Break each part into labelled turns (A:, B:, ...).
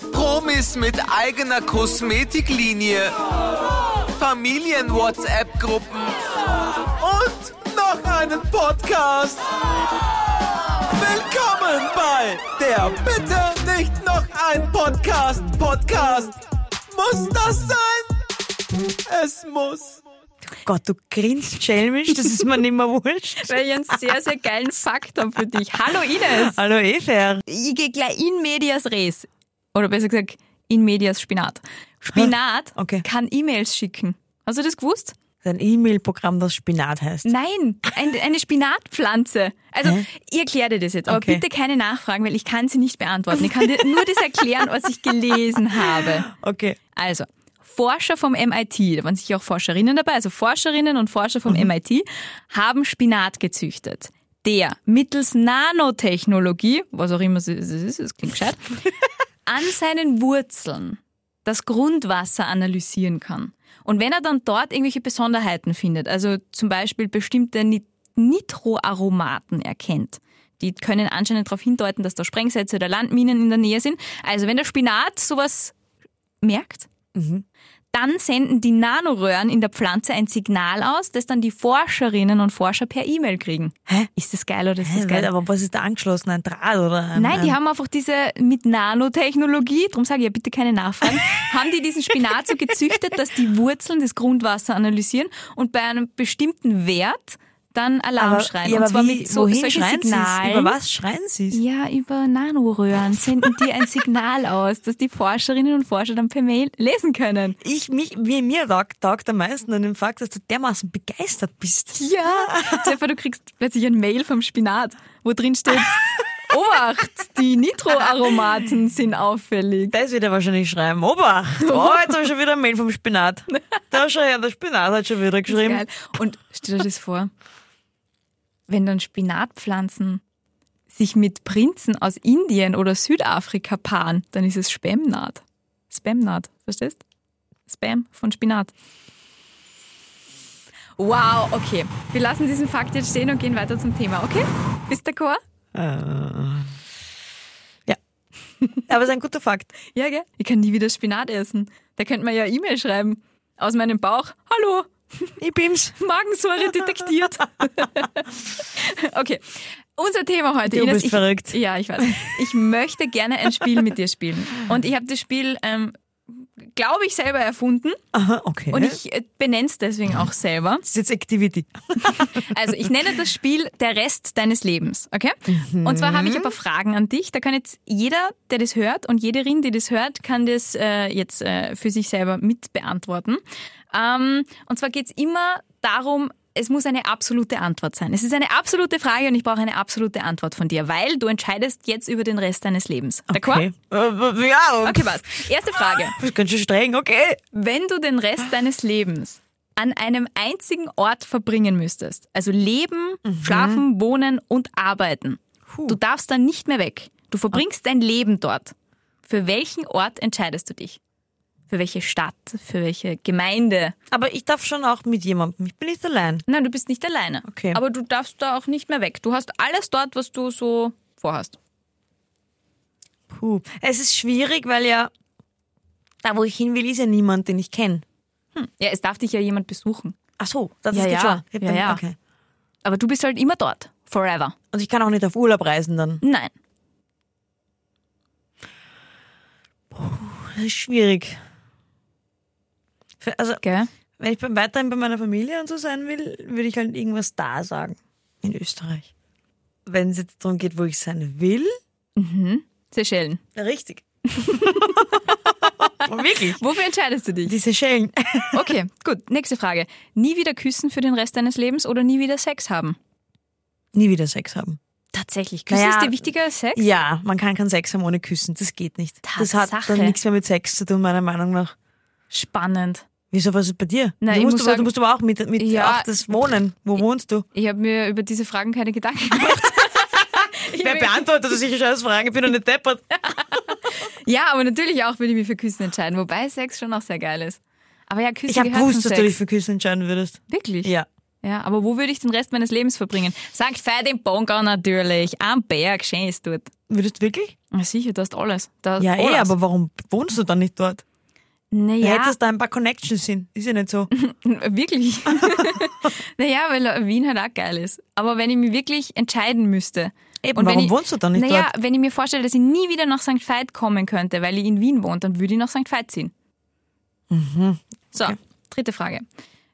A: Smoothies mit eigener Kosmetiklinie, Familien-WhatsApp-Gruppen und noch einen Podcast. Willkommen bei der Bitte nicht noch ein Podcast. Podcast. Muss das sein? Es muss.
B: Gott, du grinst schelmisch, das ist mir nicht mehr wurscht.
C: weil ich einen sehr, sehr geilen Fakt habe für dich. Hallo Ines!
B: Hallo Efer.
C: Ich gehe gleich in medias res. Oder besser gesagt, in medias Spinat. Spinat
B: Ah, Okay.
C: kann E-Mails schicken. Hast du das gewusst?
B: Ein E-Mail-Programm, das Spinat heißt.
C: Nein, ein, eine Spinatpflanze. Also, ich erkläre dir das jetzt, aber
B: Okay.
C: bitte keine Nachfragen, weil ich kann sie nicht beantworten. Ich kann dir nur das erklären, was ich gelesen habe.
B: Okay.
C: Also, Forscher vom MIT, da waren sicher auch Forscherinnen dabei, also Forscherinnen und Forscher vom MIT haben Spinat gezüchtet, der mittels Nanotechnologie, was auch immer es ist, es klingt gescheit, an seinen Wurzeln das Grundwasser analysieren kann. Und wenn er dann dort irgendwelche Besonderheiten findet, also zum Beispiel bestimmte Ni- Nitroaromaten erkennt, die können anscheinend darauf hindeuten, dass da Sprengsätze oder Landminen in der Nähe sind. Also wenn der Spinat sowas merkt, dann senden die Nanoröhren in der Pflanze ein Signal aus, das dann die Forscherinnen und Forscher per E-Mail kriegen. Hä? Ist das geil oder ist das
B: Hä,
C: geil?
B: aber was ist da angeschlossen? Ein Draht oder ein,
C: Nein, die
B: ein
C: haben einfach diese mit Nanotechnologie, darum sage ich ja bitte keine Nachfragen, haben die diesen Spinat so gezüchtet, dass die Wurzeln das Grundwasser analysieren und bei einem bestimmten Wert dann Alarm
B: aber,
C: schreien.
B: Ja,
C: und
B: aber
C: zwar
B: wie,
C: mit so,
B: wohin
C: solchen
B: schreien
C: Signalen.
B: Sie's? Über was schreien sie es?
C: Ja, über Nanoröhren senden die ein Signal aus, dass die Forscherinnen und Forscher dann per Mail lesen können.
B: Ich, mich, wie mir taugt, taugt am meisten an dem Fakt, dass du dermaßen begeistert bist.
C: Ja, Stefan, du kriegst plötzlich ein Mail vom Spinat, wo drin steht, Obacht, die Nitroaromaten sind auffällig.
B: Das wird er wahrscheinlich schreiben. Obacht! Oh, jetzt habe ich schon wieder ein Mail vom Spinat. Da schau her, der Spinat hat schon wieder geschrieben.
C: Geil. Und stell dir das vor, wenn dann Spinatpflanzen sich mit Prinzen aus Indien oder Südafrika paaren, dann ist es Spamnaht. Spamnaht, verstehst? Spam von Spinat. Wow, okay. Wir lassen diesen Fakt jetzt stehen und gehen weiter zum Thema, okay? Bist du d'accord?
B: Äh. Aber es ist ein guter Fakt.
C: Ja, gell? Ich kann nie wieder Spinat essen. Da könnte man ja E-Mail schreiben. Aus meinem Bauch. Hallo,
B: Ich bin's.
C: Magensäure detektiert. okay. Unser Thema heute,
B: Du
C: Ines.
B: bist
C: ich,
B: verrückt.
C: Ja, ich weiß. Ich möchte gerne ein Spiel mit dir spielen. Und ich habe das Spiel, ähm, glaube ich, selber erfunden.
B: Aha, okay.
C: Und ich äh, benenne es deswegen auch selber.
B: das ist jetzt Activity.
C: Also ich nenne das Spiel der Rest deines Lebens, okay? Und zwar habe ich aber Fragen an dich. Da kann jetzt jeder, der das hört und jederin, die das hört, kann das äh, jetzt äh, für sich selber mit beantworten. Ähm, und zwar geht's immer darum, es muss eine absolute Antwort sein. Es ist eine absolute Frage und ich brauche eine absolute Antwort von dir, weil du entscheidest jetzt über den Rest deines Lebens.
B: Okay.
C: Okay.
B: Äh, w- Ja,
C: Okay, was? Erste Frage.
B: Das ist ganz schön streng, okay.
C: Wenn du den Rest deines Lebens an einem einzigen Ort verbringen müsstest, also leben, schlafen, wohnen und arbeiten, du darfst dann nicht mehr weg. Du verbringst dein Leben dort. Für welchen Ort entscheidest du dich? Für welche Stadt? Für welche Gemeinde?
B: Aber ich darf schon auch mit jemandem. Ich bin nicht allein.
C: Nein, du bist nicht alleine.
B: Okay.
C: Aber du darfst da auch nicht mehr weg. Du hast alles dort, was du so vorhast.
B: Puh. Es ist schwierig, weil ja da, wo ich hin will, ist ja niemand, den ich kenne.
C: Ja, es darf dich ja jemand besuchen.
B: Ach so, das
C: Ja,
B: ist
C: ja.
B: geht schon. Ich hab
C: Ja,
B: dann-
C: ja.
B: Okay.
C: Aber du bist halt immer dort. Forever.
B: Und ich kann auch nicht auf Urlaub reisen dann.
C: Nein.
B: Das ist schwierig. Für- Also,
C: Gell?
B: wenn ich beim- weiterhin bei meiner Familie und so sein will, würde ich halt irgendwas da sagen. In Österreich. Wenn es jetzt darum geht, wo ich sein will.
C: Seychellen.
B: Richtig.
C: Oh,
B: Wirklich?
C: Wofür entscheidest du dich?
B: Diese Schellen.
C: Okay, gut. Nächste Frage. Nie wieder küssen für den Rest deines Lebens oder nie wieder Sex haben?
B: Nie wieder Sex haben.
C: Tatsächlich. Küssen
B: Naja,
C: ist dir wichtiger als Sex?
B: Ja, man kann keinen Sex haben ohne Küssen. Das geht nicht. Das hat
C: Tatsache.
B: dann nichts mehr mit Sex zu tun, meiner Meinung nach.
C: Spannend.
B: Wieso, was ist bei dir?
C: Na,
B: du,
C: ich
B: musst
C: muss
B: aber,
C: sagen-
B: du musst aber auch mit, mit
C: Ja.
B: auf das Wohnen. Wo wohnst du?
C: Ich habe mir über diese Fragen keine Gedanken gemacht. Ich hab
B: Wer
C: mir-
B: beantwortet das sicher scheiß Frage? Ich bin doch nicht deppert.
C: ja, aber natürlich auch würde ich mich für Küssen entscheiden, wobei Sex schon auch sehr geil ist. Aber ja, Küssen
B: Ich habe
C: gehört
B: gewusst,
C: zum
B: dass du dich
C: Sex.
B: für Küssen entscheiden würdest.
C: Wirklich?
B: Ja.
C: Ja, aber wo würde ich den Rest meines Lebens verbringen? St. Veit im Bongau natürlich, am Berg, schön ist dort.
B: Würdest du wirklich?
C: Na sicher, da ist alles. Da ist
B: Ja,
C: alles.
B: eh, aber warum wohnst du dann nicht dort? Ja.
C: Naja,
B: Hättest da ein paar Connections hin. Ist ja nicht so.
C: wirklich. naja, weil Wien halt auch geil ist. Aber wenn ich mich wirklich entscheiden müsste.
B: Eben,
C: wenn
B: warum
C: ich,
B: wohnst du dann nicht
C: naja, wenn ich mir vorstelle, dass ich nie wieder nach St. Veit kommen könnte, weil ich in Wien wohne, dann würde ich nach St. Veit ziehen.
B: Mhm.
C: So, dritte Frage.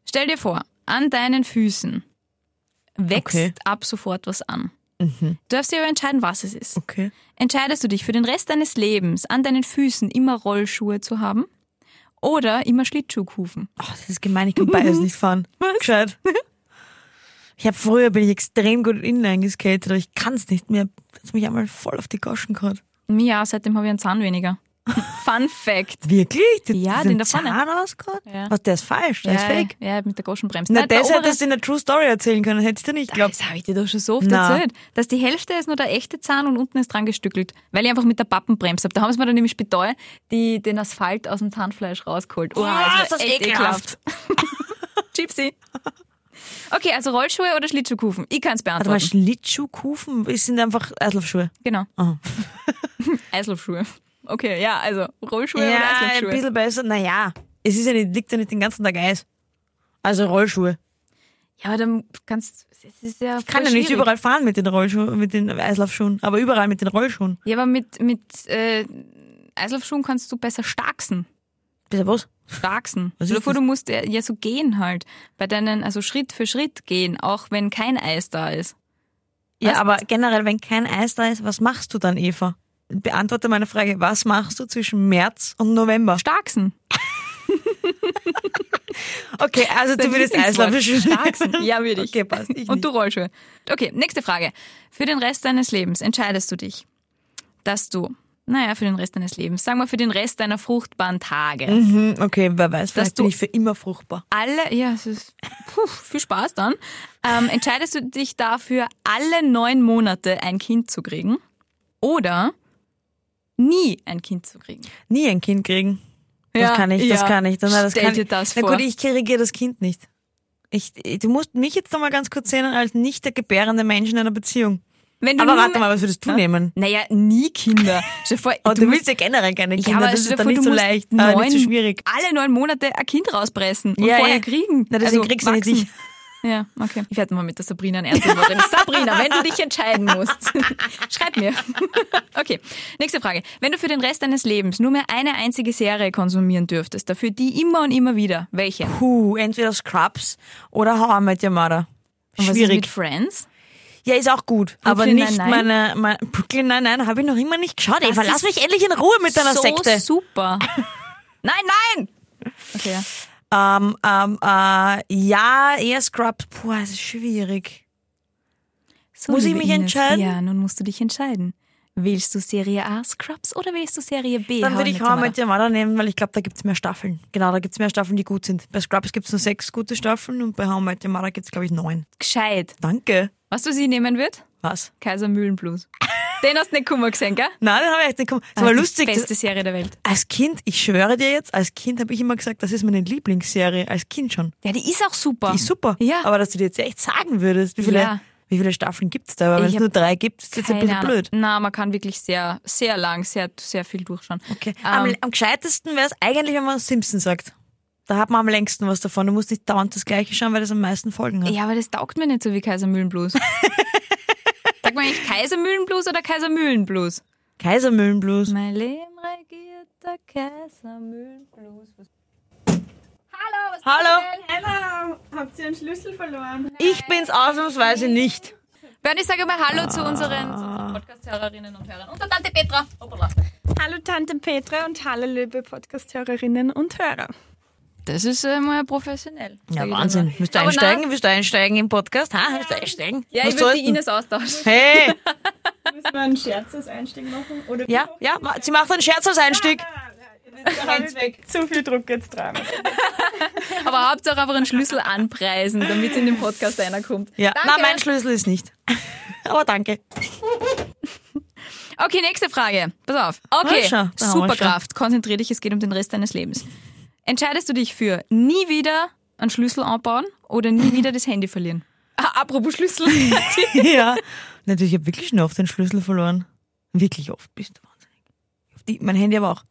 C: Stell dir vor, an deinen Füßen wächst
B: Okay. Mhm.
C: ab sofort was an. Du darfst dir aber entscheiden, was es ist.
B: Okay.
C: Entscheidest du dich für den Rest deines Lebens, an deinen Füßen immer Rollschuhe zu haben oder immer Schlittschuhkufen?
B: Oh, das ist gemein, ich kann beides nicht fahren. Was? Gescheit. Ich habe früher bin ich extrem gut inline geskatet, aber ich kann es nicht mehr. Hat's mich einmal voll auf die Goschen gehauen.
C: Ja, seitdem habe ich einen Zahn weniger. Fun Fact.
B: Wirklich? Die,
C: Ja,
B: diesen
C: den da vorne.
B: Zahn ausgehauen?
C: Ja.
B: Was, der ist falsch, der ist
C: ja,
B: fake.
C: Ja, mit der Goschenbremse.
B: Na,
C: Nein, der
B: das
C: obere-
B: hättest du in der True Story erzählen können, hättest du nicht geglaubt.
C: Das habe ich dir doch schon so oft
B: Na.
C: erzählt. Dass die Hälfte ist nur der echte Zahn und unten ist dran gestückelt, weil ich einfach mit der Pappenbremse habe. Da haben sie mir dann nämlich Spitol die, den Asphalt aus dem Zahnfleisch rausgeholt. Oh,
B: Was, das ist
C: echt
B: ekelhaft.
C: ekelhaft. Gypsy. Okay, also Rollschuhe oder Schlittschuhkufen? Ich kann es
B: Warte mal,
C: beantworten.
B: Schlittschuhkufen es sind einfach Eislaufschuhe.
C: Genau.
B: Aha.
C: Eislaufschuhe. Okay, ja, also Rollschuhe oder
B: ein
C: Eislaufschuhe.
B: bisschen besser. Naja, es ist ja nicht, liegt ja nicht den ganzen Tag Eis. Also Rollschuhe.
C: Ja, aber dann kannst es ist ja
B: Kann ja
C: voll
B: nicht
C: schwierig.
B: überall fahren mit den Rollschuhen, mit den Eislaufschuhen, aber überall mit den Rollschuhen.
C: Ja, aber mit, mit äh, Eislaufschuhen kannst du besser starksen.
B: Bitte was?
C: Starksen.
B: Was
C: Stell dir
B: ist
C: vor,
B: das?
C: du musst ja, ja so gehen halt. Bei deinen, also Schritt für Schritt gehen, auch wenn kein Eis da ist.
B: Ja,
C: Was?
B: aber generell, wenn kein Eis da ist, was machst du dann, Eva? Beantworte meine Frage, was machst du zwischen März und November?
C: Starksen.
B: Okay, also du
C: Dein
B: würdest
C: Lieblingswort.
B: Eislaufschuhe.
C: Starksen. Ja, würde ich.
B: Okay, passt. Ich
C: Und du Rollschuhe. Okay, nächste Frage. Für den Rest deines Lebens entscheidest du dich, dass du, naja, für den Rest deines Lebens, sagen wir für den Rest deiner fruchtbaren Tage,
B: nicht. Mhm, okay, wer weiß, vielleicht
C: du-
B: bin ich für immer fruchtbar.
C: alle, ja, es ist puh, viel Spaß dann, ähm, entscheidest du dich dafür, alle neun Monate ein Kind zu kriegen oder nie ein Kind zu kriegen.
B: Nie ein Kind kriegen.
C: Ja,
B: das kann ich, das
C: ja.
B: kann ich. Dann, das
C: Stell
B: kann
C: dir
B: ich.
C: das
B: Na
C: vor.
B: gut, ich korrigiere das Kind nicht. Ich, du musst mich jetzt noch mal ganz kurz sehen als nicht der gebärende Mensch in einer Beziehung.
C: Wenn du
B: Aber
C: nur
B: warte mal, was würdest du nehmen?
C: Naja, nie Kinder. Stell dir vor,
B: Oh, du,
C: musst-
B: willst ja generell keine Kinder,
C: ja, aber
B: das
C: stell dir
B: ist dann
C: vor,
B: nicht
C: du
B: so
C: musst
B: leicht, äh,
C: neun,
B: nicht so schwierig.
C: Alle neun Monate ein Kind rauspressen und
B: Ja,
C: vorher
B: ja.
C: kriegen.
B: Na, deswegen
C: also,
B: kriegst du nicht
C: wachsen.
B: dich.
C: Ja, okay. Ich werde mal mit der Sabrina ein ernstes Wort reden. Sabrina, wenn du dich entscheiden musst, schreib mir. Okay, nächste Frage. Wenn du für den Rest deines Lebens nur mehr eine einzige Serie konsumieren dürftest, dafür die immer und immer wieder, welche? Und
B: Puh, entweder Scrubs oder How I Met Your Mother.
C: was ist mit
B: Schwierig.
C: Friends?
B: Ja, ist auch gut. aber
C: Brooklyn
B: nicht
C: Nine-Nine?
B: meine, meine. Brooklyn, nein, nein, habe ich noch immer nicht geschaut. Eva,
C: ist
B: lass mich endlich in Ruhe mit deiner
C: so
B: Sekte.
C: super. Nein, nein! Okay, ja.
B: Ähm, ähm, äh, ja, eher Scrubs. Puh, es ist schwierig.
C: So,
B: Muss ich
C: liebe
B: mich entscheiden?
C: Ja, nun musst du dich entscheiden. Willst du Serie A Scrubs oder willst du Serie B?
B: Dann
C: How
B: würde
C: I
B: ich
C: Met Your
B: How I Met Your Mother nehmen, weil ich glaube, da gibt's mehr Staffeln. Genau, da gibt's mehr Staffeln, die gut sind. Bei Scrubs gibt's nur sechs gute Staffeln und bei How I Met Your Mother gibt's glaube ich, neun.
C: Mother. Gescheit.
B: Danke.
C: Was du sie nehmen wird?
B: Was?
C: Kaiser Mühlenblues. Den hast du nicht kummer gesehen, gell?
B: Nein, den habe ich echt nicht gekommen. Das war
C: Das ist
B: lustig.
C: Die beste
B: Das,
C: Serie der Welt.
B: als Kind, ich schwöre dir jetzt, als Kind habe ich immer gesagt, das ist meine Lieblingsserie. Als Kind schon.
C: Ja, die ist auch super.
B: Die ist super.
C: Ja.
B: Aber dass du dir jetzt echt sagen würdest, wie viele,
C: Ja.
B: wie viele Staffeln gibt's da? Weil wenn es
C: Ich hab
B: nur drei gibt, ist das ein bisschen blöd.
C: Na, man kann wirklich sehr, sehr lang, sehr, sehr viel durchschauen.
B: Okay.
C: Ähm,
B: am, am gescheitesten wäre es eigentlich, wenn man Simpson sagt. Da hat man am längsten was davon. Du musst nicht dauernd das Gleiche schauen, weil das am meisten Folgen hat.
C: ja, aber das taugt mir nicht so wie Kaiser Mühlenblues. Sagt man eigentlich Kaiser Mühlenblues oder Kaiser Mühlenblues?
B: Kaisermühlenblues.
C: Mein Leben regiert der Kaiser Mühlenblues. Hallo, was
B: Hallo.
D: Hello! Habt ihr einen Schlüssel verloren?
B: Ich bin's ausnahmsweise nicht.
C: Bernd, ich sage mal Hallo zu unseren, zu unseren Podcast-Hörerinnen und Hörern. Und der Tante Petra. Hoppala.
D: Hallo Tante Petra und hallo liebe Podcast-Hörerinnen und Hörer.
C: Das ist äh, mal professionell. sag
B: Ja,
C: ich
B: Wahnsinn.
C: dir mal.
B: Willst du
C: Aber
B: einsteigen?
C: nein,
B: Willst du einsteigen im Podcast? Ha? Willst du einsteigen?
C: Ja,
B: Was
C: ich würde
B: soll's
C: die
B: denn?
C: Ines austauschen.
B: Hey!
D: Müssen wir einen Scherz als Einstieg machen? Oder Ah,
B: Ja, ja, ma- sie macht einen Scherz als Einstieg.
D: Hands weg. Zu viel Druck jetzt dran.
C: Aber Hauptsache einfach einen Schlüssel anpreisen, damit in den Podcast einer kommt.
B: Ja.
C: Danke.
B: Na, mein Schlüssel ist nicht. Aber danke.
C: Okay, nächste Frage. Pass auf.
B: Ah,
C: Okay,
B: schau, da haben wir's
C: Superkraft. Konzentrier dich, es geht um den Rest deines Lebens. Entscheidest du dich für nie wieder einen Schlüssel anbauen oder nie wieder das Handy verlieren. Ah, apropos Schlüssel.
B: ja. Natürlich, ich habe wirklich schon oft den Schlüssel verloren. Wirklich oft, bist du wahnsinnig. Auf Die, mein Handy aber auch.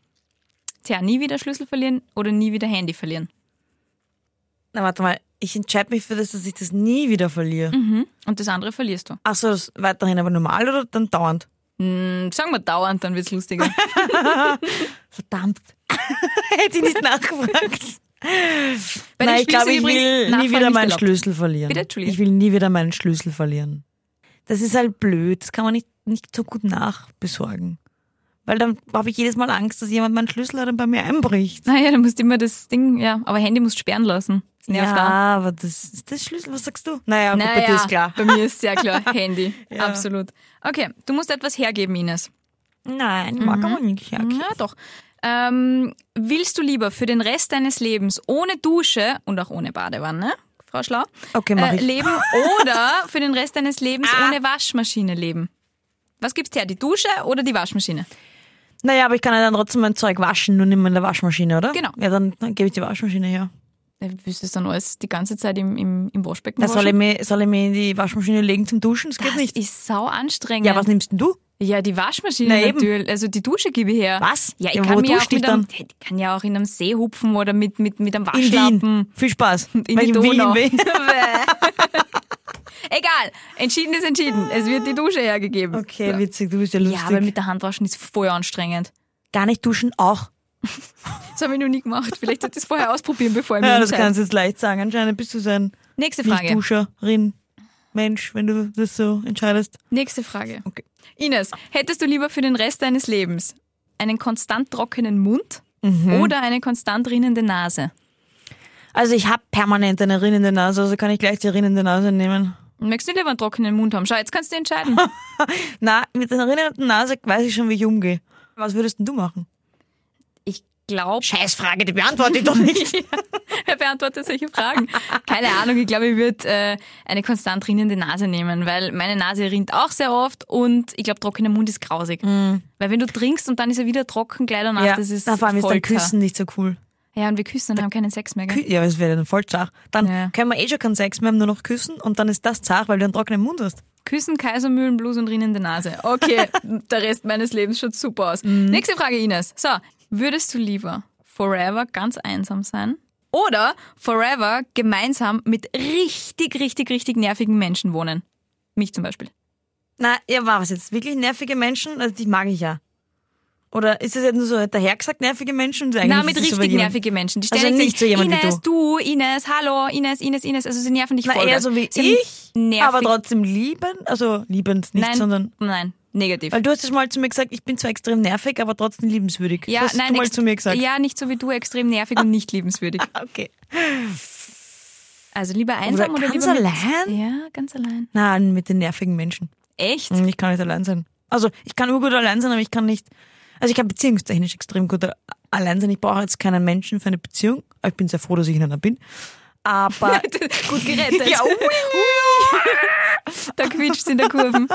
C: Tja, nie wieder Schlüssel verlieren oder nie wieder Handy verlieren.
B: Na, warte mal. Ich entscheide mich für das, dass ich das nie wieder verliere.
C: Mhm. Und das andere verlierst du.
B: Ach so, das weiterhin aber normal oder dann dauernd?
C: Hm, sagen wir dauernd, dann wird's lustiger.
B: Verdammt. Hätte ich nicht nachgefragt.
C: Bei
B: Nein,
C: dem
B: ich glaube,
C: Schlüssel
B: ich will
C: übrigens
B: nie
C: Nachfragen
B: wieder
C: nicht
B: meinen
C: erlaubt.
B: Schlüssel verlieren.
C: Bitte, Entschuldigung.
B: ich will nie wieder meinen Schlüssel verlieren. Das ist halt blöd. Das kann man nicht, nicht so gut nachbesorgen. Weil dann habe ich jedes Mal Angst, dass jemand meinen Schlüssel hat und bei mir einbricht.
C: Naja, dann musst du immer das Ding, ja, aber Handy musst du sperren lassen. Das nervt auch.
B: ja, aber das ist das Schlüssel. Was sagst du? Naja, gut, bei dir
C: Naja,
B: ist klar.
C: Bei mir ist sehr klar. Handy.
B: Ja.
C: Absolut. Okay, du musst etwas hergeben, Ines.
B: Nein, mag
C: Mhm.
B: aber nicht. Ja, okay.
C: Ja, doch. Ähm, willst du lieber für den Rest deines Lebens ohne Dusche und auch ohne Badewanne, Frau Schlau, äh,
B: Okay, mach ich. Ah.
C: leben oder für den Rest deines Lebens ohne Waschmaschine leben? Was gibt's her, die Dusche oder die Waschmaschine?
B: Naja, aber ich kann ja dann trotzdem mein Zeug waschen, nur nicht mehr in der Waschmaschine, oder?
C: Genau.
B: Ja, dann, dann gebe ich die Waschmaschine her.
C: Äh, Willst du es dann alles die ganze Zeit im, im, im Waschbecken
B: Da soll ich,
C: waschen?
B: mich, soll ich mich in die Waschmaschine legen zum Duschen? Das geht
C: das
B: nicht.
C: ist sau anstrengend.
B: Ja, was nimmst denn du?
C: Ja, die Waschmaschine
B: Na eben.
C: natürlich. Also die Dusche gebe ich her.
B: Was?
C: Ja, ich
B: Ja,
C: kann,
B: wo
C: mir auch
B: duscht dich
C: mit einem,
B: dann?
C: ich kann ja auch in einem See hupfen oder mit, mit, mit einem
B: In Wien.
C: Waschlappen.
B: Viel Spaß.
C: In die
B: Weil
C: Donau.
B: Wien, Wien.
C: Egal, entschieden ist entschieden. Es wird die Dusche hergegeben.
B: Okay,
C: So.
B: witzig, du bist ja
C: Ja, aber
B: lustig.
C: mit der Hand waschen ist voll anstrengend.
B: gar nicht duschen auch.
C: Das habe ich noch nie gemacht. Vielleicht sollte ich es vorher ausprobieren, bevor ich mich
B: Ja, das
C: entscheide.
B: kannst du jetzt leicht sagen. Anscheinend bist du so ein
C: Nächste Frage.
B: Nicht-Duscherin. Mensch, wenn du das so entscheidest.
C: Nächste Frage.
B: Okay.
C: Ines, hättest du lieber für den Rest deines Lebens einen konstant trockenen Mund oder eine konstant rinnende Nase?
B: Also ich habe permanent eine rinnende Nase, also kann ich gleich die rinnende Nase nehmen.
C: Möchtest du lieber einen trockenen Mund haben? Schau, jetzt kannst du entscheiden.
B: Na, mit einer rinnenden Nase weiß ich schon, wie ich umgehe. Was würdest denn du machen?
C: Ich glaube,
B: Scheißfrage, die beantworte ich doch nicht.
C: Wer beantwortet solche Fragen? Keine Ahnung, ich glaube, ich würde äh, eine konstant rinnende Nase nehmen, weil meine Nase rinnt auch sehr oft und ich glaube, trockener Mund ist grausig. Weil wenn du trinkst und dann ist er wieder trocken, gleich danach,
B: Mm. ja,
C: das ist
B: Na, vor allem ist dann
C: Folter.
B: Küssen nicht so cool.
C: Ja, und wir küssen und haben keinen Sex mehr.
B: Kü
C: Gell?
B: ja, aber es wäre dann voll zart. Dann
C: Ja.
B: können wir eh schon keinen Sex mehr haben, nur noch küssen und dann ist das zart, weil du einen trockenen Mund hast.
C: Küssen, Kaisermühlen, Blues und rinnende Nase. Okay, der Rest meines Lebens schaut super aus.
B: Mhm.
C: Nächste Frage, Ines. So, würdest du lieber forever ganz einsam sein oder forever gemeinsam mit richtig, richtig, richtig nervigen Menschen wohnen? Mich zum Beispiel.
B: Na, ja, war es jetzt wirklich nervige Menschen? Also die mag ich ja. Oder ist es jetzt nur so dahergesagt nervige Menschen? Und eigentlich
C: Na, mit
B: ist es aber
C: richtig
B: jemand-
C: nervige Menschen. Die
B: Also
C: ständig
B: nicht so
C: sagen,
B: jemand wie
C: Ines, du. Ines, hallo, Ines, Ines, Ines. Also sie nerven dich
B: Na,
C: voll.
B: eher so wie
C: Sie
B: ich,
C: nervig.
B: aber trotzdem liebend. Also liebend nicht,
C: nein,
B: sondern...
C: Nein, negativ.
B: Weil du hast es mal zu mir gesagt, ich bin zwar extrem nervig, aber trotzdem liebenswürdig.
C: ja,
B: das hast
C: nein,
B: du mal
C: ext-
B: zu mir gesagt.
C: Ja, nicht so wie du, extrem nervig und nicht liebenswürdig.
B: Okay.
C: Also lieber einsam oder,
B: oder ganz
C: lieber mit-
B: allein?
C: Ja, ganz allein. Mhm.
B: Nein, mit den nervigen Menschen. Mhm,
C: Echt?
B: Ich kann nicht allein sein. Also ich kann urgut allein sein, aber ich kann nicht. Also ich kann beziehungstechnisch extrem gut a- allein sein. Ich brauche jetzt keinen Menschen für eine Beziehung. Ich bin sehr froh, dass ich in einer bin. Aber
C: Gut gerettet. ja, da quietscht in der Kurve.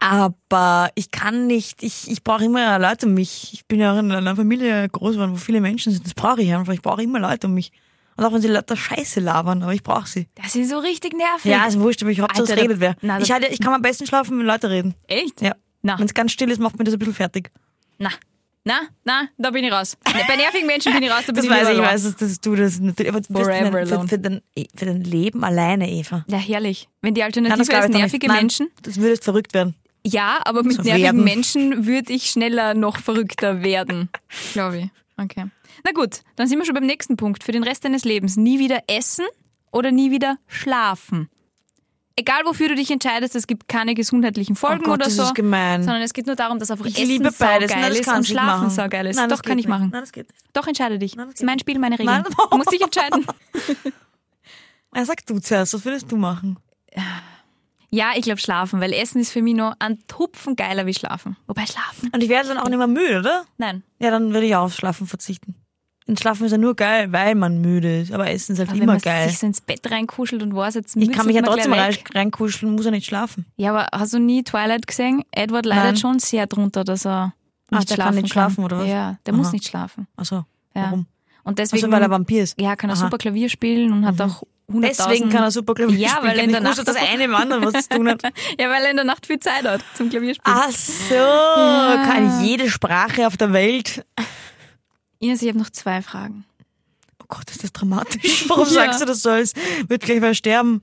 B: aber ich kann nicht. Ich, ich brauche immer Leute um mich. Ich bin ja auch in einer Familie groß geworden, wo viele Menschen sind. Das brauche ich einfach. Ich brauche immer Leute um mich. Und auch wenn sie lauter Scheiße labern, aber ich brauche sie.
C: Das ist so richtig nervig.
B: Ja, ist wurscht, aber ich hauptsache, es
C: Alter, da-
B: redet wer.
C: na, da-
B: Ich, hatte, ich kann am besten schlafen, wenn Leute reden.
C: Echt?
B: Ja.
C: Na.
B: Wenn es ganz still ist, macht mir das ein bisschen fertig.
C: Na, na, na, da bin ich raus. Bei nervigen Menschen bin ich raus, da bin
B: Das
C: ich
B: weiß
C: wieder
B: ich, ich
C: raus.
B: weiß, dass, dass du das natürlich. Aber du bist
C: Forever
B: mein- für,
C: alone.
B: für, dein, für dein Leben alleine, Eva.
C: Ja, herrlich. Wenn die Alternative
B: Nein, das
C: ist
B: glaub ich doch nicht.
C: nervige
B: Nein,
C: Menschen,
B: Das würdest verrückt werden.
C: ja, aber mit
B: So
C: nervigen
B: werden.
C: Menschen würde ich schneller noch verrückter werden, glaube ich. Okay. Na gut, dann sind wir schon beim nächsten Punkt. Für den Rest deines Lebens nie wieder essen oder nie wieder schlafen. Egal wofür du dich entscheidest, es gibt keine gesundheitlichen Folgen
B: Oh Gott,
C: oder
B: das
C: so.
B: ist gemein.
C: Sondern es geht nur darum, dass einfach
B: Ich
C: Essen
B: liebe beides.
C: saugeil
B: Nein, das
C: ist
B: kann
C: und
B: ich nicht machen.
C: Schlafen saugeil ist.
B: Nein, das
C: Doch, kann
B: geht
C: ich machen.
B: nicht. Nein, das geht nicht.
C: Doch, entscheide dich.
B: Nein, das
C: das ist
B: geht
C: mein Spiel, meine Regeln.
B: Nein.
C: Du musst dich entscheiden.
B: Ah, sag du zuerst, was würdest du machen?
C: Ja, ich glaube schlafen, weil Essen ist für mich noch ein Tupfen geiler wie schlafen. Wobei schlafen?
B: Und ich werde dann auch nicht mehr müde, oder?
C: Nein.
B: Ja, dann würde ich auch aufs Schlafen verzichten. Und Schlafen ist ja nur geil, weil man müde ist. Aber Essen ist halt
C: Aber wenn
B: immer
C: man
B: geil.
C: sich so ins Bett reinkuschelt und weiß, jetzt
B: Ich kann mich ja
C: mützelt man
B: trotzdem
C: gleich
B: rein,
C: weg.
B: reinkuscheln, muss ja nicht schlafen.
C: Ja, aber hast du nie Twilight gesehen? Edward leidet
B: Nein.
C: schon sehr drunter, dass er
B: Ah,
C: nicht
B: der
C: schlafen
B: kann nicht schlafen, oder was?
C: Ja, der
B: Aha.
C: muss nicht schlafen.
B: Achso,
C: Ja.
B: Also, warum?
C: Und deswegen,
B: Also weil er Vampir ist.
C: ja, kann er
B: Aha. Mhm.
C: super Klavier spielen und hat auch 100.000.
B: Deswegen kann er super Klavier
C: Ja,
B: spielen.
C: weil
B: Ich
C: er
B: hab
C: in der
B: nicht gewusst,
C: Nacht
B: dass das eine im anderen was zu tun hat.
C: Ja, weil er in der Nacht viel Zeit hat zum Klavierspielen.
B: Ach so, kann jede Sprache auf der Welt.
C: Ines, ich habe noch zwei Fragen.
B: Oh Gott, ist das dramatisch. Warum
C: Ja.
B: sagst du das so? Es wird gleich wer sterben.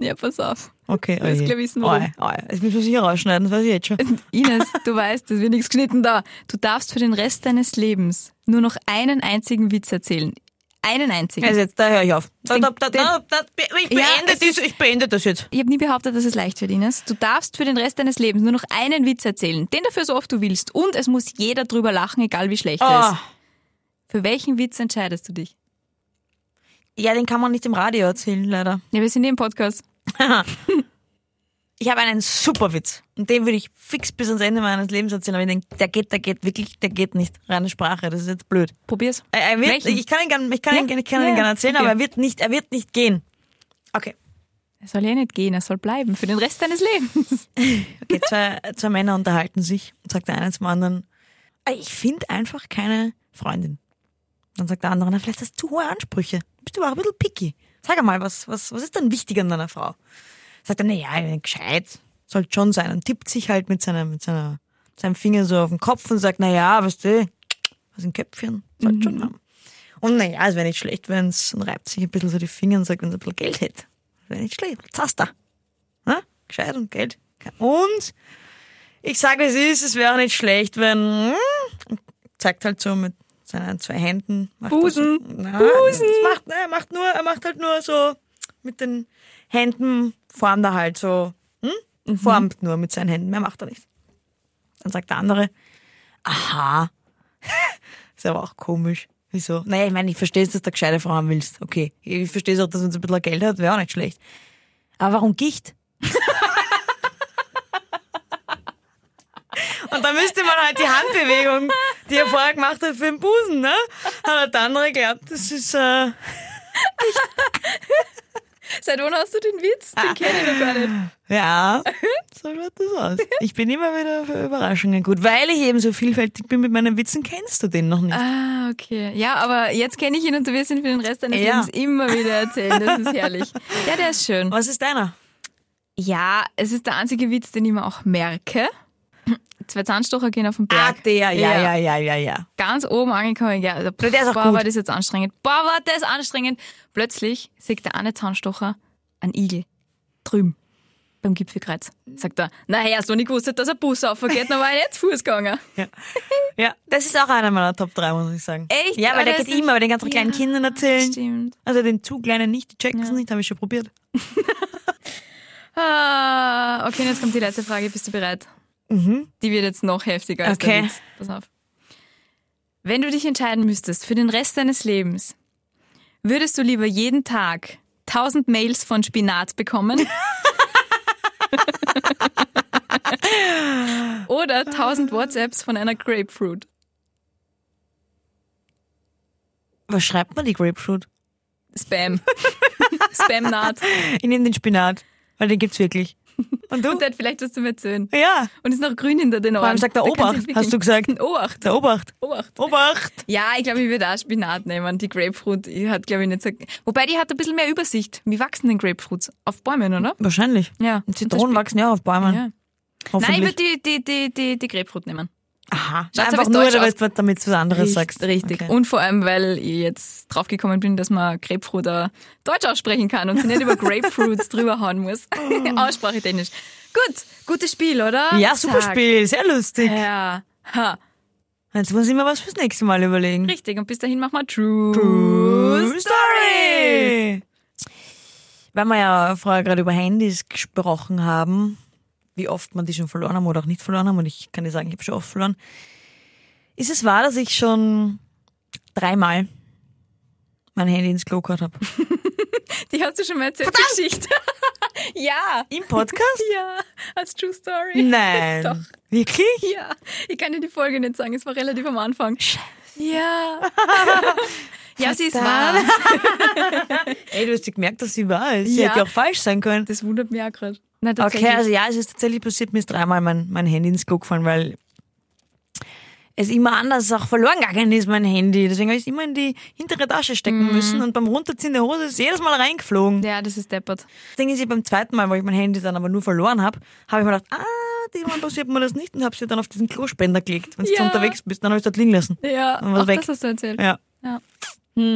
C: Ja, pass auf.
B: Okay,
C: willst
B: oje.
C: gleich wissen, warum.
B: Oi, oi. Jetzt müssen wir sich hier rausschneiden, das weiß ich jetzt schon.
C: Ines, du weißt, es wird nichts geschnitten da. Du darfst für den Rest deines Lebens nur noch einen einzigen Witz erzählen. Einen einzigen.
B: Also jetzt, da höre ich auf. Da, da, da,
C: Den-
B: da, da, ich, beende
C: Ja, es
B: das, ich beende das jetzt.
C: ich habe nie behauptet, dass es leicht wird, Ines. Du darfst für den Rest deines Lebens nur noch einen Witz erzählen. Den dafür so oft du willst. Und es muss jeder drüber lachen, egal wie schlecht er
B: Ah.
C: ist. Für welchen Witz entscheidest du dich?
B: Ja, den kann man nicht im Radio erzählen, leider.
C: Ja, wir sind hier im Podcast.
B: Ich habe einen super Witz. Und den würde ich fix bis ans Ende meines Lebens erzählen. Aber ich denke, der geht, der geht wirklich, der geht nicht. Reine Sprache, das ist jetzt blöd. Äh,
C: Probier's.
B: Er, er wird,
C: Welchen?
B: ich kann ihn gerne, ich kann
C: Ja,
B: ihn, gerne- ich kann
C: ja,
B: ihn
C: ja,
B: gerne erzählen,
C: okay.
B: aber er wird nicht, er wird nicht gehen. Okay.
C: Er soll ja nicht gehen, er soll bleiben. Für den Rest deines Lebens.
B: Okay, zwei, zwei Männer unterhalten sich und sagt der eine zum anderen, "Ey, ich finde einfach keine Freundin. Dann sagt der andere, na, vielleicht hast du zu hohe Ansprüche. Du bist aber auch ein bisschen picky. Sag einmal, was, was, was ist denn wichtig an deiner Frau? Sagt er, naja, ich bin gescheit. Sollte schon sein. Und tippt sich halt mit, seiner, mit seiner, seinem Finger so auf den Kopf und sagt, naja, weißt du, was ein Köpfchen. Sollte schon haben. Und naja, es wäre nicht schlecht, wenn es, und reibt sich ein bisschen so die Finger und sagt, wenn es ein bisschen Geld hätte. Wäre nicht schlecht. Zaster. Ne? Gescheit und Geld. Und ich sage, es ist, es wäre nicht schlecht, wenn. Und Zeigt halt so mit seinen zwei Händen. Macht er
C: Busen.
B: So, nein, Busen. Macht, nein, er, macht nur, er macht halt nur so mit den Händen, formt er halt so. Hm? Formt nur mit seinen Händen, mehr macht er nicht. Dann sagt der andere, aha. ist aber auch komisch. Wieso? Naja, ich meine, ich verstehe es, dass du eine gescheite Frau haben willst. Okay. Ich verstehe es auch, dass wenn sie ein bisschen Geld hat, wäre auch nicht schlecht. Aber warum Gicht? Und da müsste man halt die Handbewegung, die er vorher gemacht hat, für den Busen, ne? Hat halt der andere geglaubt, das ist, äh,
C: Seit wann hast du den Witz? Den kenne ich noch gar nicht.
B: ja, so schaut das aus. Ich bin immer wieder für Überraschungen gut. Weil ich eben so vielfältig bin mit meinen Witzen, kennst du den noch nicht.
C: Ah, okay. Ja, aber jetzt kenne ich ihn und du wirst ihn für den Rest deines
B: Ja.
C: Lebens immer wieder erzählen. Das ist herrlich. Ja, der ist schön.
B: Was ist deiner?
C: Ja, es ist der einzige Witz, den ich mir auch merke. Zwei Zahnstocher gehen auf den Berg.
B: Ah, der,
C: Ah, Ja.
B: ja, ja, ja, ja, ja.
C: Ganz oben angekommen. Ja, der,
B: der ist auch
C: boah,
B: gut.
C: war das jetzt anstrengend. Boah, war das anstrengend. Plötzlich sieht der eine Zahnstocher einen Igel. Drüben. Beim Gipfelkreuz. Sagt er, naja, hast du nicht gewusst, dass ein Bus aufgeht, dann war ich jetzt Fuß gegangen.
B: Ja. ja, das ist auch einer meiner Top 3, muss ich sagen.
C: Echt?
B: Ja, weil
C: Aber
B: der
C: das
B: geht
C: ist-
B: immer, aber den ganzen kleinen
C: Ja,
B: Kindern erzählen.
C: Stimmt.
B: Also den zu kleinen nicht, die checken es
C: Ja.
B: nicht, habe ich schon probiert.
C: Ah, okay, und jetzt kommt die letzte Frage. Bist du bereit? Die wird jetzt noch heftiger als
B: Mhm. Okay.
C: der Witz. Pass auf. Wenn du dich entscheiden müsstest für den Rest deines Lebens, würdest du lieber jeden Tag 1000 Mails von Spinat bekommen? Oder 1000 WhatsApps von einer Grapefruit?
B: Was schreibt man die Grapefruit?
C: Spam. Spam-Naht.
B: Ich nehme den Spinat, weil den gibt's wirklich. Und du?
C: Und der hat vielleicht was zum Erzählen.
B: ja.
C: Und ist noch grün hinter den Ohren.
B: Vor allem sagt der
C: Da kann's
B: Obacht,
C: entwickeln.
B: hast du gesagt.
C: Obacht,
B: Der Obacht.
C: Obacht.
B: Obacht.
C: Ja, ich glaube, ich würde auch Spinat nehmen. Die Grapefruit die hat, glaube ich, nicht so. Wobei die hat ein bisschen mehr Übersicht. Wie wachsen denn Grapefruits? Auf Bäumen, oder?
B: Wahrscheinlich.
C: Ja.
B: Und Hm, Zitronen wachsen ja auch auf Bäumen.
C: Ja. Nein, ich
B: Hoffentlich.
C: würde die, die, die, die, die Grapefruit nehmen.
B: Aha.
C: Schaut's
B: Einfach
C: aber
B: nur,
C: deutsch
B: damit, damit du was anderes sagst.
C: Richtig.
B: Okay.
C: Und vor allem, weil ich jetzt draufgekommen bin, dass man Grapefruit auch Deutsch aussprechen kann und sie nicht über Grapefruits drüber hauen muss. Aussprachetechnisch. Gut, gutes Spiel, oder?
B: Oh. ja, super
C: Zack.
B: Spiel. Sehr lustig.
C: Ja. Ha.
B: Jetzt muss ich mir was fürs nächste Mal überlegen.
C: Richtig. Und bis dahin machen wir True,
B: True
C: Stories.
B: Story. Weil wir ja vorher gerade über Handys gesprochen haben, wie oft man die schon verloren haben oder auch nicht verloren haben, und ich kann dir sagen, ich habe schon oft verloren. Ist es wahr, dass ich schon dreimal mein Handy ins Klo gehabt habe?
C: Die hast du schon mal erzählt, die Geschichte. ja.
B: Im Podcast?
C: Ja, als True Story.
B: Nein.
C: Doch.
B: Wirklich?
C: Ja, ich kann dir die Folge nicht sagen, es war relativ am Anfang. Ja. ja, sie ist wahr.
B: Ey, du hast ja gemerkt, dass sie wahr ist. Sie
C: Ja.
B: hätte ja auch falsch sein können.
C: Das wundert mich auch gerade. Nein,
B: Okay,
C: tatsächlich.
B: also ja, es ist tatsächlich passiert, mir ist dreimal mein, mein Handy ins Klo gefallen, weil es immer anders auch verloren gegangen ist, mein Handy. Deswegen habe ich es immer in die hintere Tasche stecken müssen und beim Runterziehen der Hose ist es jedes Mal reingeflogen.
C: Mhm. Ja, das ist deppert.
B: Das Ding ist, ich beim zweiten Mal, wo ich mein Handy dann aber nur verloren habe, habe ich mir gedacht, ah, diesmal passiert mir das nicht und habe sie dann auf diesen Klospender gelegt. Wenn du
C: Ja.
B: unterwegs bist, dann habe ich es dort liegen lassen.
C: Ja,
B: Dann war's
C: auch
B: weg.
C: das hast du erzählt.
B: Ja.
C: Ja. Hm.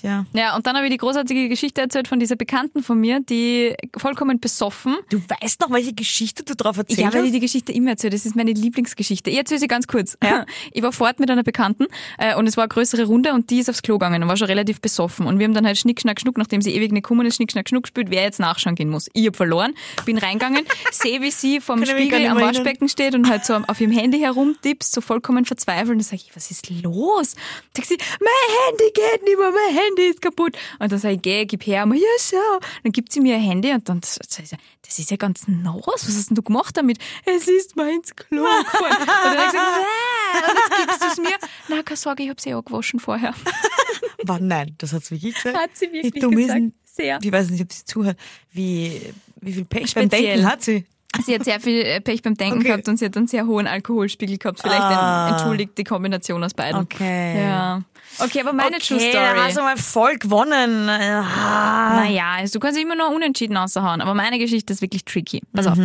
B: Tja.
C: Ja, und dann habe ich die großartige Geschichte erzählt von dieser Bekannten von mir, die vollkommen besoffen.
B: Du weißt noch, welche Geschichte du drauf erzählt
C: Ja, weil ich
B: hast?
C: die Geschichte immer erzähle. Das ist meine Lieblingsgeschichte. Ich erzähle sie ganz kurz. Ich war fort mit einer Bekannten äh, und es war eine größere Runde und die ist aufs Klo gegangen und war schon relativ besoffen. Und wir haben dann halt Schnick, Schnack, Schnuck, nachdem sie ewig nicht gekommen ist, Schnick, Schnack, Schnuck gespielt, wer jetzt nachschauen gehen muss. Ich hab verloren, bin reingegangen, sehe, wie sie vom
B: Kann ich mich gar
C: Spiegel
B: nicht
C: am
B: mehr erinnern.
C: Waschbecken steht und halt so auf ihrem Handy herumtippst, so vollkommen verzweifelt. Und dann sage ich, was ist los? Sagt sie, mein Handy geht nicht mehr, mein Handy ist kaputt. Und dann sage ich, geh, gib her. Und ich, ja, schau. Dann gibt sie mir ihr Handy und dann sag ich, das ist ja ganz nass. Was hast denn du gemacht damit? Es ist mal ins Klo gefallen. Und dann habe ich gesagt, "Bäh." und jetzt gibst du es mir. Na, keine Sorge, ich habe sie eh angewaschen vorher.
B: War, nein, das hat sie wirklich gesagt.
C: Hat sie wirklich
B: Die Dumme ist-
C: gesagt. Sehr.
B: Ich weiß nicht, ob sie zuhört. Wie, wie viel Pech beim
C: Speziell.
B: Denken hat sie?
C: Sie hat sehr viel äh, Pech beim Denken
B: Okay.
C: gehabt und sie hat einen sehr hohen Alkoholspiegel gehabt. Vielleicht
B: Ah.
C: en- entschuldigt die Kombination aus beiden.
B: Okay.
C: Ja. Okay, aber meine True
B: Okay, da hast du
C: Story.
B: mal voll gewonnen. Ah.
C: Naja, also du kannst immer nur unentschieden raushauen, aber meine Geschichte ist wirklich tricky. Pass auf.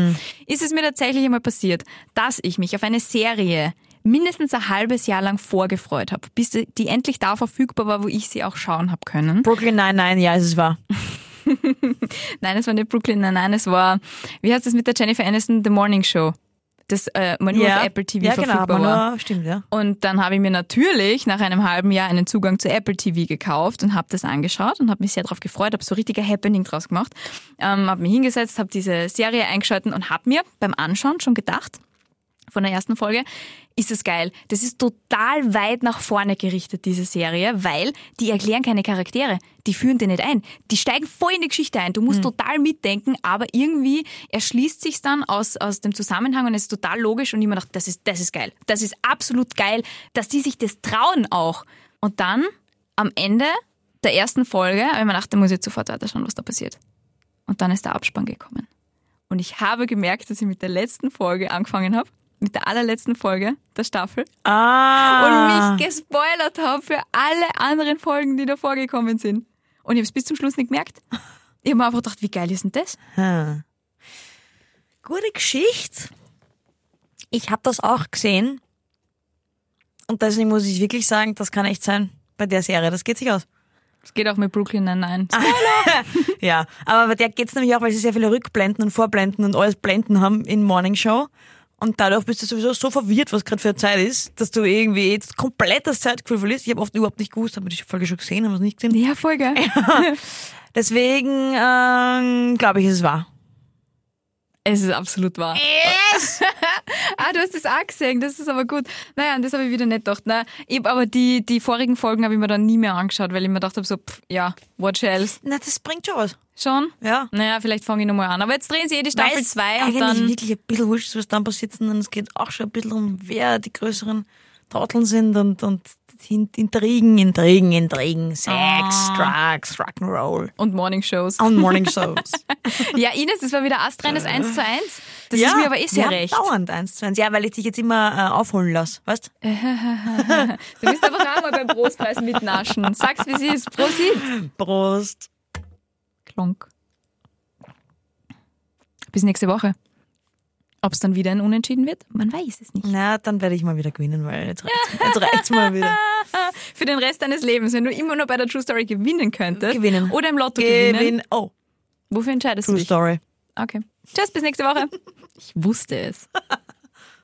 C: Ist es mir tatsächlich einmal passiert, dass ich mich auf eine Serie mindestens ein halbes Jahr lang vorgefreut habe, bis die die endlich da verfügbar war, wo ich sie auch schauen habe können.
B: Brooklyn, nein, nein, ja, es ist wahr.
C: Nein, es war nicht Brooklyn, nein, nein, es war, wie heißt das mit der Jennifer Aniston, The Morning Show, das äh, man nur auf Apple TV
B: ja, genau,
C: verfügbar ne?
B: aber
C: war.
B: nur, stimmt, ja.
C: Und dann habe ich mir natürlich nach einem halben Jahr einen Zugang zu Apple TV gekauft und habe das angeschaut und habe mich sehr darauf gefreut, habe so richtiger Happening draus gemacht, ähm, habe mich hingesetzt, habe diese Serie eingeschalten und habe mir beim Anschauen schon gedacht, von der ersten Folge, ist es geil. Das ist total weit nach vorne gerichtet, diese Serie, weil die erklären keine Charaktere. Die führen die nicht ein. Die steigen voll in die Geschichte ein. Du musst total mitdenken, aber irgendwie erschließt sich dann aus, aus dem Zusammenhang und es ist total logisch und ich mir dachte, das ist, das ist geil. Das ist absolut geil, dass die sich das trauen auch. Und dann am Ende der ersten Folge, wenn man dachte, muss ich jetzt sofort weiterschauen, was da passiert. Und dann ist der Abspann gekommen. Und ich habe gemerkt, dass ich mit der letzten Folge angefangen habe, mit der allerletzten Folge der Staffel
B: Ah.
C: und mich gespoilert habe für alle anderen Folgen, die davor gekommen sind. Und ich habe es bis zum Schluss nicht gemerkt. Ich habe mir einfach gedacht, wie geil ist denn das?
B: Hm. Gute Geschichte. Ich habe das auch gesehen. Und deswegen muss ich wirklich sagen, das kann echt sein bei der Serie. Das geht sich aus.
C: Es geht auch mit Brooklyn Nine-Nine.
B: Ja, aber bei der geht's nämlich auch, weil sie sehr viele Rückblenden und Vorblenden und alles Blenden haben in Morning Show. Und dadurch bist du sowieso so verwirrt, was gerade für eine Zeit ist, dass du irgendwie jetzt komplett das Zeitgefühl verlierst. Ich habe oft überhaupt nicht gewusst, haben wir die Folge schon gesehen, haben wir es nicht gesehen.
C: Ja, voll geil.
B: Deswegen ähm, glaube ich, ist es wahr.
C: Es ist absolut wahr. ah, du hast das auch gesehen, das ist aber gut. Naja, an das habe ich wieder nicht gedacht. Nein, ich hab aber die, die vorigen Folgen habe ich mir dann nie mehr angeschaut, weil ich mir gedacht habe, so, pff, ja, what else?
B: Na, das bringt schon was.
C: Schon?
B: Ja.
C: Naja, vielleicht fange ich nochmal an. Aber jetzt drehen sie eh die
B: Weil
C: Staffel
B: es
C: 2 und
B: eigentlich
C: dann.
B: wirklich ein bisschen wurscht, ist, was dann passiert, sondern es geht auch schon ein bisschen um, wer die größeren Trotteln sind und, und Hin- Intrigen, Intrigen, Intrigen, Sex, Drugs, Rock'n'Roll
C: Und Morningshows.
B: Ah. und Morning Shows.
C: Ja, Ines, das war wieder astreines 1 zu 1. Das
B: Äh. ja,
C: ist mir aber eh sehr
B: wir haben
C: recht.
B: dauernd eins zu eins. Ja, weil ich dich jetzt immer äh, aufholen lasse, weißt?
C: Du bist einfach auch mal beim Großpreis mitnaschen. Sag's, wie sie ist. Prosit.
B: Prost.
C: Klonk. Bis nächste Woche. Ob es dann wieder ein Unentschieden wird? Man weiß es nicht.
B: Na, dann werde ich mal wieder gewinnen, weil jetzt reicht's, jetzt reicht's mal wieder.
C: Für den Rest deines Lebens, wenn du immer nur bei der True Story gewinnen könntest.
B: Gewinnen.
C: Oder im Lotto gewinnen.
B: Gewinn. Oh,
C: Wofür entscheidest
B: True
C: du dich?
B: Story.
C: Okay. Tschüss, bis nächste Woche. Ich wusste es.